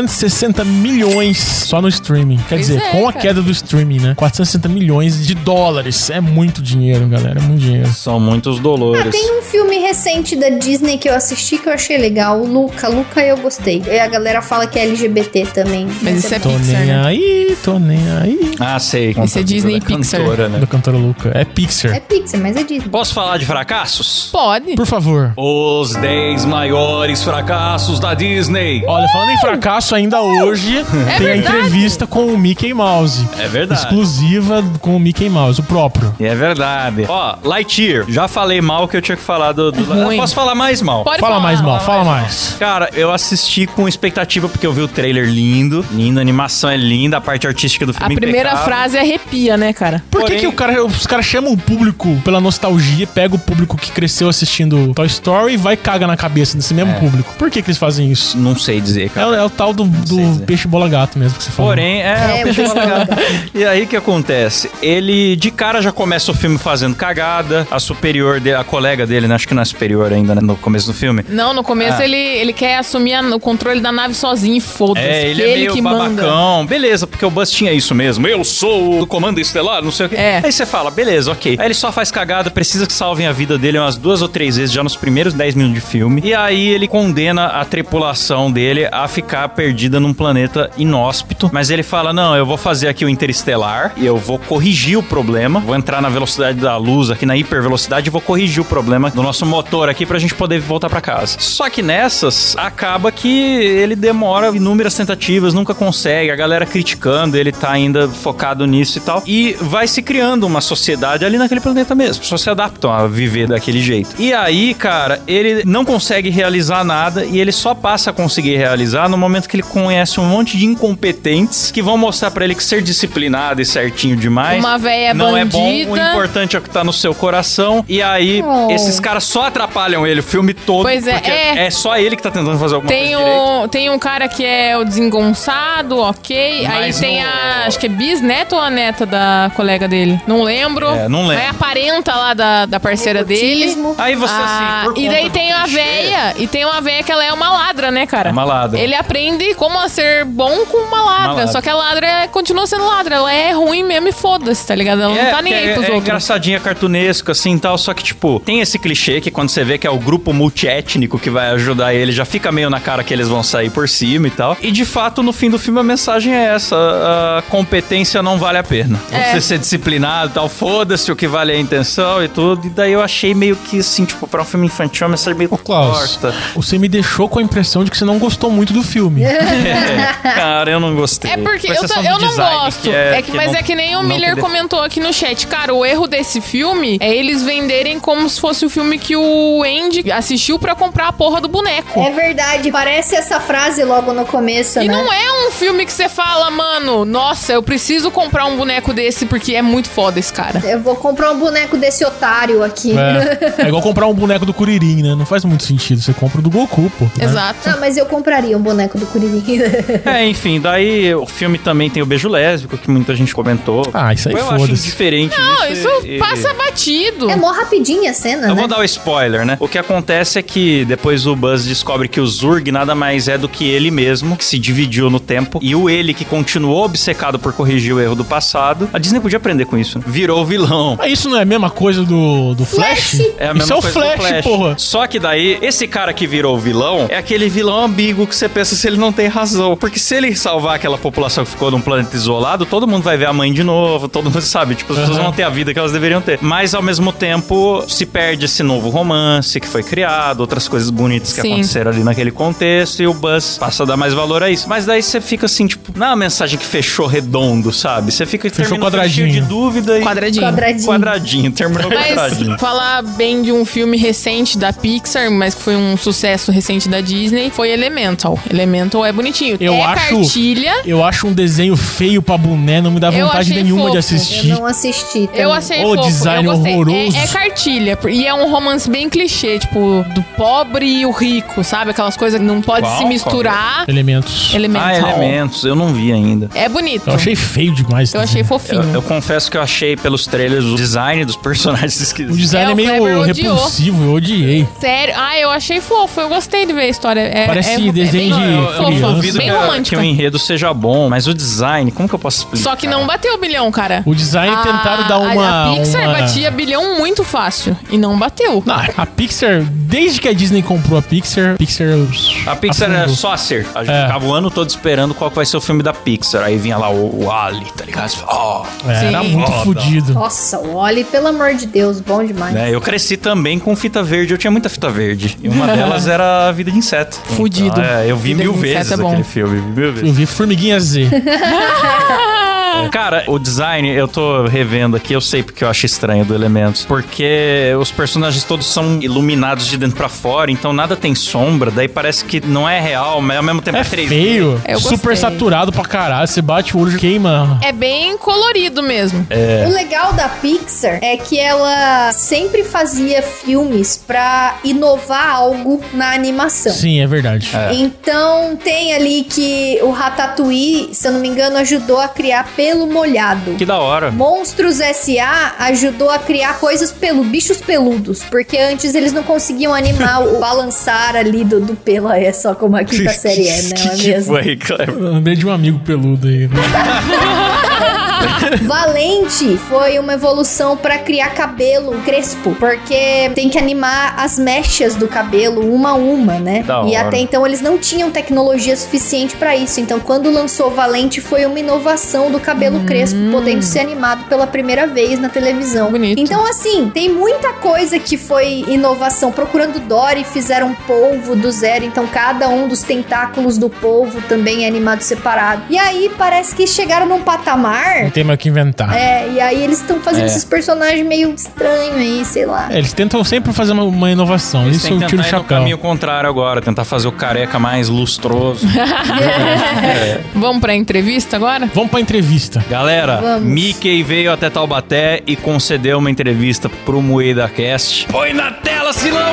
Speaker 4: 460 milhões só no streaming. Quer
Speaker 2: Pois
Speaker 4: dizer,
Speaker 2: é,
Speaker 4: com a
Speaker 2: cara.
Speaker 4: queda do streaming, né? 460 milhões de dólares. É muito dinheiro, galera. É muito dinheiro.
Speaker 3: São muitos dolores.
Speaker 1: Ah, tem um filme recente da Disney que eu assisti que eu achei legal. O Luca. Luca eu gostei. E a galera fala que é LGBT também.
Speaker 2: Mas isso é
Speaker 4: Tô
Speaker 2: Pixar,
Speaker 4: nem
Speaker 2: né?
Speaker 4: aí, tô nem aí.
Speaker 3: Ah, sei.
Speaker 2: Esse é Disney e Pixar.
Speaker 3: Cantora, né?
Speaker 4: Do cantor Luca. É Pixar.
Speaker 1: É Pixar, mas é Disney.
Speaker 3: Posso falar de fracassos?
Speaker 2: Pode.
Speaker 4: Por favor.
Speaker 3: Os 10 maiores fracassos da Disney.
Speaker 4: Olha, falando em fracasso, ainda hoje tem a
Speaker 2: É verdade.
Speaker 4: entrevista com o Mickey Mouse.
Speaker 3: É verdade.
Speaker 4: Exclusiva com o Mickey Mouse, o próprio.
Speaker 3: É verdade. Ó, Lightyear. Já falei mal que eu tinha que falar do... do...
Speaker 2: Ruim.
Speaker 3: Posso falar mais mal?
Speaker 2: Pode
Speaker 4: Fala
Speaker 2: falar.
Speaker 4: mais, mal, fala mais.
Speaker 3: Cara, eu assisti com expectativa porque eu vi o trailer lindo. Lindo, a animação é linda, a parte artística do
Speaker 2: A
Speaker 3: filme
Speaker 2: primeira
Speaker 3: impecável.
Speaker 2: frase arrepia, né, cara?
Speaker 4: Por que,
Speaker 3: Porém-
Speaker 4: que o cara- os caras chamam o público pela nostalgia, pega o público que cresceu assistindo Toy Story e vai caga na cabeça desse
Speaker 3: É.
Speaker 4: mesmo público? Por que, que eles fazem isso?
Speaker 3: Não sei dizer,
Speaker 4: É,
Speaker 3: cara.
Speaker 4: o- é o tal do, do
Speaker 3: sei dizer.
Speaker 4: peixe bola gato mesmo que você falou.
Speaker 3: Porém, é,
Speaker 1: É, o Peixe Bola Gato.
Speaker 3: E aí o que acontece? Ele de cara já começa o filme fazendo cagada. A superior dele, a colega dele, né? acho que não é superior ainda né, no começo do filme.
Speaker 2: Não, no começo
Speaker 3: Ah.
Speaker 2: ele, ele quer assumir a- o controle da nave sozinho e foda-se.
Speaker 3: É, ele, é meio
Speaker 2: que manda.
Speaker 3: babacão. Beleza, porque o Buzz tinha isso mesmo. Eu sou o Comando Estelar, não sei o quê.
Speaker 2: É.
Speaker 3: Aí você fala, beleza, ok. Aí ele só faz cagada, precisa que salvem a vida dele umas duas ou três vezes já nos primeiros 10 minutos de filme. E aí ele condena a tripulação dele a ficar perdida num planeta inóspito. Mas ele fala, não, eu vou fazer aqui o Interestelar e eu vou corrigir o problema. Vou entrar na velocidade da luz aqui, na hipervelocidade, e vou corrigir o problema do nosso motor aqui pra gente poder voltar pra casa. Só que nessas, acaba que ele demora inúmeras tentativas, nunca consegue, a galera criticando, ele tá ainda focado nisso e tal. E vai se criando uma sociedade ali naquele planeta mesmo. Só se adaptam a viver daquele jeito. E aí, cara, ele não consegue realizar nada e ele só passa a conseguir realizar no momento que ele conhece um monte de incompetentes que vão mostrar pra ele que ser disciplinado e certinho demais
Speaker 2: Uma véia
Speaker 3: não é bom, o
Speaker 2: bandida.
Speaker 3: importante é o que tá no seu coração. E aí,
Speaker 1: Oh.
Speaker 3: esses caras só atrapalham ele o filme todo.
Speaker 2: Pois é,
Speaker 3: porque
Speaker 2: é.
Speaker 3: é só ele que tá tentando fazer alguma
Speaker 2: Tem
Speaker 3: coisa direito.
Speaker 2: um, tem um cara que é o desengonçado, ok.
Speaker 3: Mas
Speaker 2: Aí tem
Speaker 3: no-
Speaker 2: a acho que é bisneta ou a neta da colega dele? Não lembro.
Speaker 3: É, não lembro.
Speaker 2: É a parenta lá da, da parceira dele.
Speaker 1: Nepotismo.
Speaker 3: Aí você,
Speaker 2: Ah,
Speaker 3: assim, por
Speaker 2: e
Speaker 3: conta
Speaker 2: daí
Speaker 3: do
Speaker 2: tem a
Speaker 3: clichê,
Speaker 2: véia. E tem uma véia que ela é uma ladra, né, cara?
Speaker 3: É uma ladra.
Speaker 2: Ele aprende como a ser bom com uma ladra.
Speaker 3: Uma ladra.
Speaker 2: Só que a ladra é- continua sendo ladra. Ela é ruim mesmo e foda-se, tá ligado? Ela não tá nem aí
Speaker 3: é,
Speaker 2: pros
Speaker 3: é
Speaker 2: outros.
Speaker 3: engraçadinha, cartunesco, assim, tal. Só que, tipo, tem esse clichê que quando você vê que é o grupo multiétnico que vai ajudar ele, já fica meio na cara que eles vão sair por cima e tal. E, de fato, no fim do filme, a mensagem é essa. A competência não vale a pena.
Speaker 2: É.
Speaker 3: Você ser disciplinado e tal, foda-se o que vale é a intenção e tudo. E daí eu achei meio que, assim, tipo, pra um filme infantil, é uma mensagem meio
Speaker 4: Ô, Klaus,
Speaker 3: torta.
Speaker 4: você me deixou com a impressão de que você não gostou muito do filme.
Speaker 3: É, cara, eu não gostei.
Speaker 2: É porque
Speaker 3: Com
Speaker 2: eu,
Speaker 3: exceção
Speaker 2: ta-
Speaker 3: do
Speaker 2: eu não
Speaker 3: design,
Speaker 2: gosto.
Speaker 3: que
Speaker 2: é, que,
Speaker 3: que
Speaker 2: mas
Speaker 3: não-
Speaker 2: é que nem o
Speaker 3: não
Speaker 2: Miller
Speaker 3: que de-
Speaker 2: comentou aqui no chat. Cara, o erro desse filme é eles venderem como se fosse o filme que o Andy assistiu pra comprar a porra do boneco.
Speaker 1: É verdade, parece essa frase logo no começo,
Speaker 2: E
Speaker 1: né?
Speaker 2: não é um filme que você fala, mano, nossa, eu preciso comprar um boneco desse porque é muito foda esse cara.
Speaker 1: Eu vou comprar um boneco desse otário aqui.
Speaker 4: É. É igual comprar um boneco do Kuririn, né? Não faz muito sentido. Você compra o do Goku, pô. né?
Speaker 2: Exato.
Speaker 1: Ah, mas eu compraria um boneco do Kuririn.
Speaker 3: É, enfim, daí o filme também tem o beijo lésbico, que muita gente comentou.
Speaker 4: Ah, isso aí
Speaker 3: eu acho
Speaker 4: foda-se.
Speaker 3: diferente.
Speaker 2: Não, isso
Speaker 3: e-
Speaker 2: passa batido.
Speaker 1: é mó rapidinha a cena, né?
Speaker 3: Eu vou dar o spoiler, né? O que acontece é que depois o Buzz descobre que o Zurg nada mais é do que ele mesmo, que se dividiu no tempo, e o ele que continuou obcecado por corrigir o erro do passado. A Disney podia aprender com isso, né? Virou o vilão.
Speaker 4: Mas isso não é a mesma coisa do, do Flash?
Speaker 1: Flash!
Speaker 3: É a
Speaker 4: isso
Speaker 3: mesma
Speaker 4: é o
Speaker 3: coisa do
Speaker 4: Flash, porra.
Speaker 3: Só que daí, esse cara que virou o vilão é aquele vilão ambíguo que você pensa se ele não tem razão. Porque se ele salvar aquela população que ficou num planeta isolado, todo mundo vai ver a mãe de novo, todo mundo sabe. Tipo, as pessoas
Speaker 4: Aham.
Speaker 3: vão ter a vida que elas deveriam ter. Mas ao mesmo tempo, se perde esse novo romance que foi criado, outras coisas bonitas que
Speaker 2: Sim.
Speaker 3: aconteceram ali naquele contexto, e o Buzz passa a dar mais valor a isso. Mas daí você fica assim, tipo, não é uma mensagem que fechou redondo, sabe? Você fica
Speaker 4: Fechou
Speaker 3: termina o filme cheio de
Speaker 4: quadradinho.
Speaker 3: dúvida e.
Speaker 2: Quadradinho.
Speaker 1: Quadradinho.
Speaker 3: Quadradinho,
Speaker 1: É
Speaker 3: terminou quadradinho.
Speaker 2: Mas falar bem de um filme recente da Pixar, mas que foi um sucesso recente da Disney, foi Elemental. Elemental é bonitinho.
Speaker 4: Eu
Speaker 2: é
Speaker 4: acho-
Speaker 2: cartilha.
Speaker 4: Eu acho um desenho feio pra boné, não me dá
Speaker 2: Eu
Speaker 4: vontade
Speaker 2: achei
Speaker 4: nenhuma
Speaker 2: fofo.
Speaker 4: de
Speaker 3: um
Speaker 1: Eu
Speaker 4: assistir.
Speaker 1: não assisti. também.
Speaker 2: Eu achei
Speaker 4: Ô,
Speaker 2: fofo,
Speaker 4: design
Speaker 2: eu gostei.
Speaker 4: horroroso.
Speaker 2: É, é cartilha. E é um romance bem clichê, tipo, do pobre e o rico, sabe? Aquelas coisas que não pode
Speaker 3: Qual?
Speaker 2: se
Speaker 3: Qual?
Speaker 2: misturar.
Speaker 4: Elementos.
Speaker 2: Elemental.
Speaker 3: Ah, elementos, eu não vi ainda.
Speaker 2: É bonito.
Speaker 4: é? Eu achei feio demais.
Speaker 2: Eu achei
Speaker 3: Eu,
Speaker 2: fofinho.
Speaker 3: eu confesso que eu achei pelos trailers o design dos personagens
Speaker 4: O
Speaker 3: esquisito.
Speaker 4: design
Speaker 2: É,
Speaker 4: é,
Speaker 2: o Kleber
Speaker 4: meio
Speaker 2: odiou.
Speaker 4: repulsivo, eu odiei.
Speaker 2: Sério? Ah, eu achei fofo. Eu gostei de ver a história. É,
Speaker 4: Parece
Speaker 2: é- é
Speaker 4: desenho
Speaker 2: bem
Speaker 4: de
Speaker 2: fofa,
Speaker 4: criança.
Speaker 3: duvido
Speaker 2: é Bem
Speaker 3: que, a- que
Speaker 2: romântico.
Speaker 3: o enredo seja bom, mas o design, como que eu posso explicar?
Speaker 2: Só que não bateu o bilhão, cara.
Speaker 4: O design
Speaker 2: A-
Speaker 4: tentaram dar
Speaker 2: Ah, a-
Speaker 4: uma.
Speaker 2: A Pixar
Speaker 4: uma-
Speaker 2: batia bilhão muito fácil. E não bateu.
Speaker 4: Não, a Pixar, desde que a Disney comprou a Pixar, a Pixar.
Speaker 3: A Pixar era
Speaker 4: afundou.
Speaker 3: sócer. A gente
Speaker 4: É.
Speaker 3: ficava o ano todo esperando qual que vai ser o filme da Pixar. Aí vinha lá o, o Ali, tá ligado? Você fala, ó.
Speaker 4: É, era
Speaker 2: Sim.
Speaker 4: muito
Speaker 3: assim, Foda.
Speaker 4: fodido.
Speaker 1: Nossa, o Oli, pelo amor de Deus, bom demais.
Speaker 3: Né, Eu cresci também com fita verde. Eu tinha muita fita verde. E uma delas era a Vida de Inseto.
Speaker 2: Fudido.
Speaker 3: Então, é, eu vi
Speaker 2: Vida
Speaker 3: mil
Speaker 2: de Inseto
Speaker 3: vezes
Speaker 2: é bom.
Speaker 3: aquele filme. vi Mil vezes.
Speaker 4: Eu vi Formiguinha Z. É.
Speaker 3: Cara, o design, eu tô revendo aqui, eu sei porque eu acho estranho do Elementos. Porque os personagens todos são iluminados de dentro pra fora, então nada tem sombra, daí parece que não é real, mas ao mesmo tempo é,
Speaker 4: É
Speaker 3: 3D.
Speaker 4: feio.
Speaker 2: Eu gostei.
Speaker 4: Super saturado pra caralho. Você bate o olho, queima.
Speaker 2: É bem colorido mesmo.
Speaker 3: É.
Speaker 1: O legal da Pixar é que ela sempre fazia filmes pra inovar algo na animação.
Speaker 4: Sim, é verdade.
Speaker 1: Então tem ali que o Ratatouille, se eu não me engano, ajudou a criar pelo molhado.
Speaker 3: Que da hora.
Speaker 1: Monstros S.A. ajudou a criar coisas pelo bichos peludos, porque antes eles não conseguiam animar o balançar ali do, do pelo, é só como a quinta série é, né? Não é
Speaker 3: Que
Speaker 1: mesmo?
Speaker 3: Foi, Tipo Cleber.
Speaker 4: Eu lembrei de um amigo peludo aí.
Speaker 1: Valente foi uma evolução pra criar cabelo crespo, porque tem que animar as mechas do cabelo uma a uma, né?
Speaker 3: Da
Speaker 1: e
Speaker 3: hora.
Speaker 1: até então eles não tinham tecnologia suficiente pra isso. Então, quando lançou Valente, foi uma inovação do cabelo crespo, podendo ser animado pela primeira vez na televisão.
Speaker 2: Bonito.
Speaker 1: Então, assim, tem muita coisa que foi inovação. Procurando Dory, fizeram polvo do zero. Então, cada um dos tentáculos do polvo também é animado separado. E aí, parece que chegaram num patamar
Speaker 4: Não tem mais o que inventar.
Speaker 1: é, e aí eles estão fazendo esses personagens meio estranhos aí, sei lá.
Speaker 4: É, Eles tentam sempre fazer uma, uma inovação. Isso eu tiro o
Speaker 3: no
Speaker 4: chapéu.
Speaker 3: caminho contrário agora, tentar fazer o careca mais lustroso.
Speaker 2: Vamos pra entrevista agora?
Speaker 4: Vamos pra entrevista.
Speaker 3: Galera,
Speaker 1: Vamos.
Speaker 3: Mickey veio até Taubaté e concedeu uma entrevista pro Moeda Cast. Põe na tela, Silão!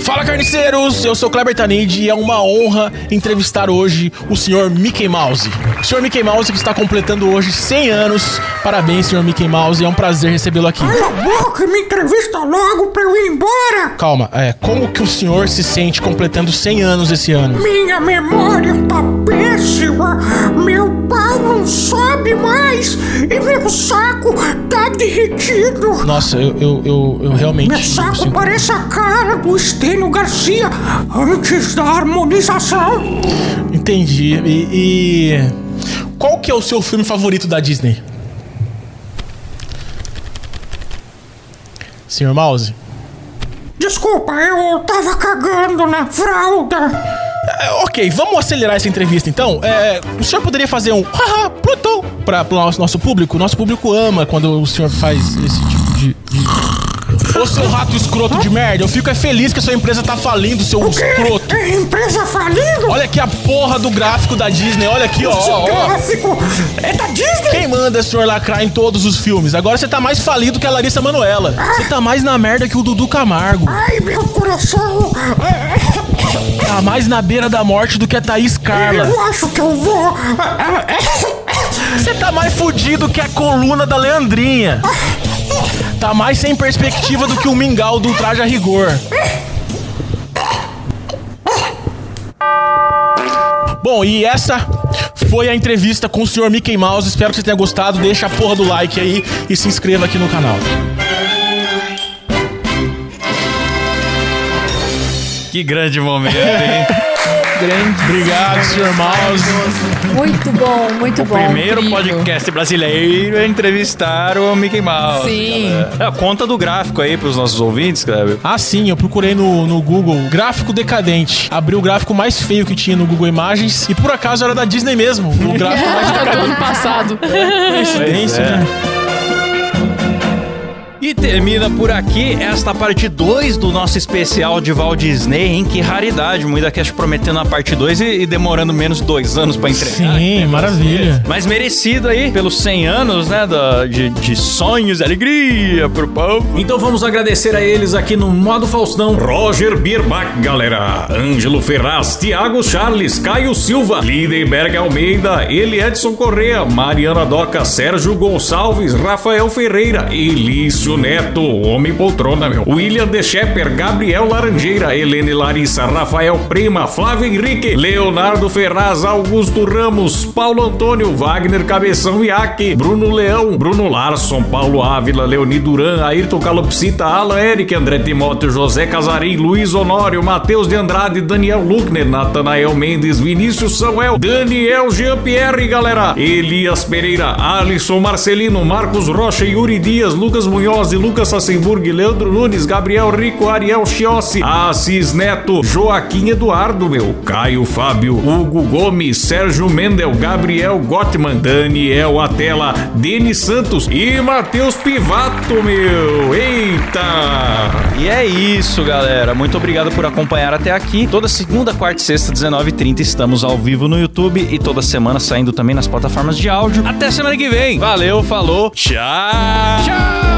Speaker 4: Fala, carniceiros! Eu sou Kleber Tanid e é uma honra entrevistar hoje o senhor Mickey Mouse. O senhor Mickey Mouse que está completando hoje 100 anos. Parabéns, senhor Mickey Mouse. É um prazer recebê-lo aqui.
Speaker 6: Cala a boca, me entrevista logo pra eu ir embora!
Speaker 4: Calma, é, como que o senhor se sente completando 100 anos esse ano?
Speaker 6: Minha memória tá péssima, meu pau não sobe mais e meu saco tá derretido.
Speaker 4: Nossa, eu, eu, eu, eu realmente...
Speaker 6: Meu
Speaker 4: não
Speaker 6: saco
Speaker 4: consigo.
Speaker 6: parece a cara do Estênio Garcia antes da harmonização.
Speaker 4: Entendi. E, e qual que é o seu filme favorito da Disney? Senhor Mouse?
Speaker 6: Desculpa, eu tava cagando na fralda.
Speaker 4: É, ok, vamos acelerar essa entrevista então. É, o senhor poderia fazer um haha, Plutão para o nosso, nosso público? Nosso público ama quando o senhor faz esse tipo de. de... Ô seu rato escroto de merda, eu fico é feliz que a sua empresa tá falindo, seu escroto.
Speaker 6: É empresa falindo?
Speaker 4: Olha aqui a porra do gráfico da Disney, olha aqui, ó,
Speaker 6: Esse
Speaker 4: ó, ó.
Speaker 6: gráfico é da Disney?
Speaker 4: Quem manda é o senhor lacrar em todos os filmes? Agora você tá mais falido que a Larissa Manoela. Você tá mais na merda que o Dudu Camargo.
Speaker 6: Ai, meu coração!
Speaker 4: Tá mais na beira da morte do que a Thaís Carla.
Speaker 6: Eu acho que eu vou.
Speaker 4: Você tá mais fudido que a coluna da Leandrinha. Tá mais sem perspectiva do que o mingau do traje a rigor. Bom, e essa foi a entrevista com o senhor Mickey Mouse. Espero que você tenha gostado. Deixa a porra do like aí e se inscreva aqui no canal.
Speaker 7: Que grande momento, hein?
Speaker 4: Obrigado, senhor Mouse.
Speaker 8: Muito bom, muito
Speaker 2: É
Speaker 8: bom.
Speaker 2: um
Speaker 7: Primeiro
Speaker 2: incrível.
Speaker 7: podcast brasileiro a entrevistar o Mickey Mouse.
Speaker 2: Sim.
Speaker 7: galera. É, conta do gráfico aí pros nossos ouvintes, Kleber.
Speaker 4: Ah, sim, eu procurei no, no Google gráfico decadente. Abri o gráfico mais feio que tinha no Google Imagens e por acaso era da Disney mesmo. O gráfico mais
Speaker 2: Tá do ano passado.
Speaker 4: coincidência,
Speaker 7: Pois é.
Speaker 4: né?
Speaker 7: E termina por aqui esta parte 2 do nosso especial de Walt Disney, hein? Que raridade, muita cast prometendo a parte 2 e, e demorando menos de dois anos pra entregar.
Speaker 4: Sim,
Speaker 7: Que negócio
Speaker 4: maravilha.
Speaker 7: desse. Mas merecido aí pelos 100 anos, né? da- de, de sonhos e alegria pro povo.
Speaker 3: Então vamos agradecer a eles aqui no Modo Faustão. Roger Birbach, galera. Ângelo Ferraz, Thiago Charles, Caio Silva, Lidenberg Almeida, Eli Edson Correa, Mariana Doca, Sérgio Gonçalves, Rafael Ferreira, Elício Neto, Homem Poltrona, meu. William De Shepper, Gabriel Laranjeira, Helene Larissa, Rafael Prima, Flávio Henrique, Leonardo Ferraz, Augusto Ramos, Paulo Antônio, Wagner Cabeção Iaque, Bruno Leão, Bruno Larson, Paulo Ávila, Leoni Duran, Ayrton Calopsita, Alan Eric, André Timóteo, José Casarim, Luiz Honório, Matheus de Andrade, Daniel Luckner, Natanael Mendes, Vinícius Samuel, Daniel Jean-Pierre, galera, Elias Pereira, Alisson Marcelino, Marcos Rocha, Yuri Dias, Lucas Munhoz e Lucas Sassenburg, Leandro Nunes, Gabriel Rico, Ariel Chiossi, Assis Neto, Joaquim Eduardo, meu, Caio Fábio, Hugo Gomes, Sérgio Mendel, Gabriel Gottman, Daniel Atela, Denis Santos e Matheus Pivato, meu. Eita!
Speaker 7: E é isso, galera. Muito obrigado por acompanhar até aqui. Toda segunda, quarta e sexta, 19h30, estamos ao vivo no YouTube e toda semana saindo também nas plataformas de áudio. Até semana que vem. Valeu, falou. Tchau.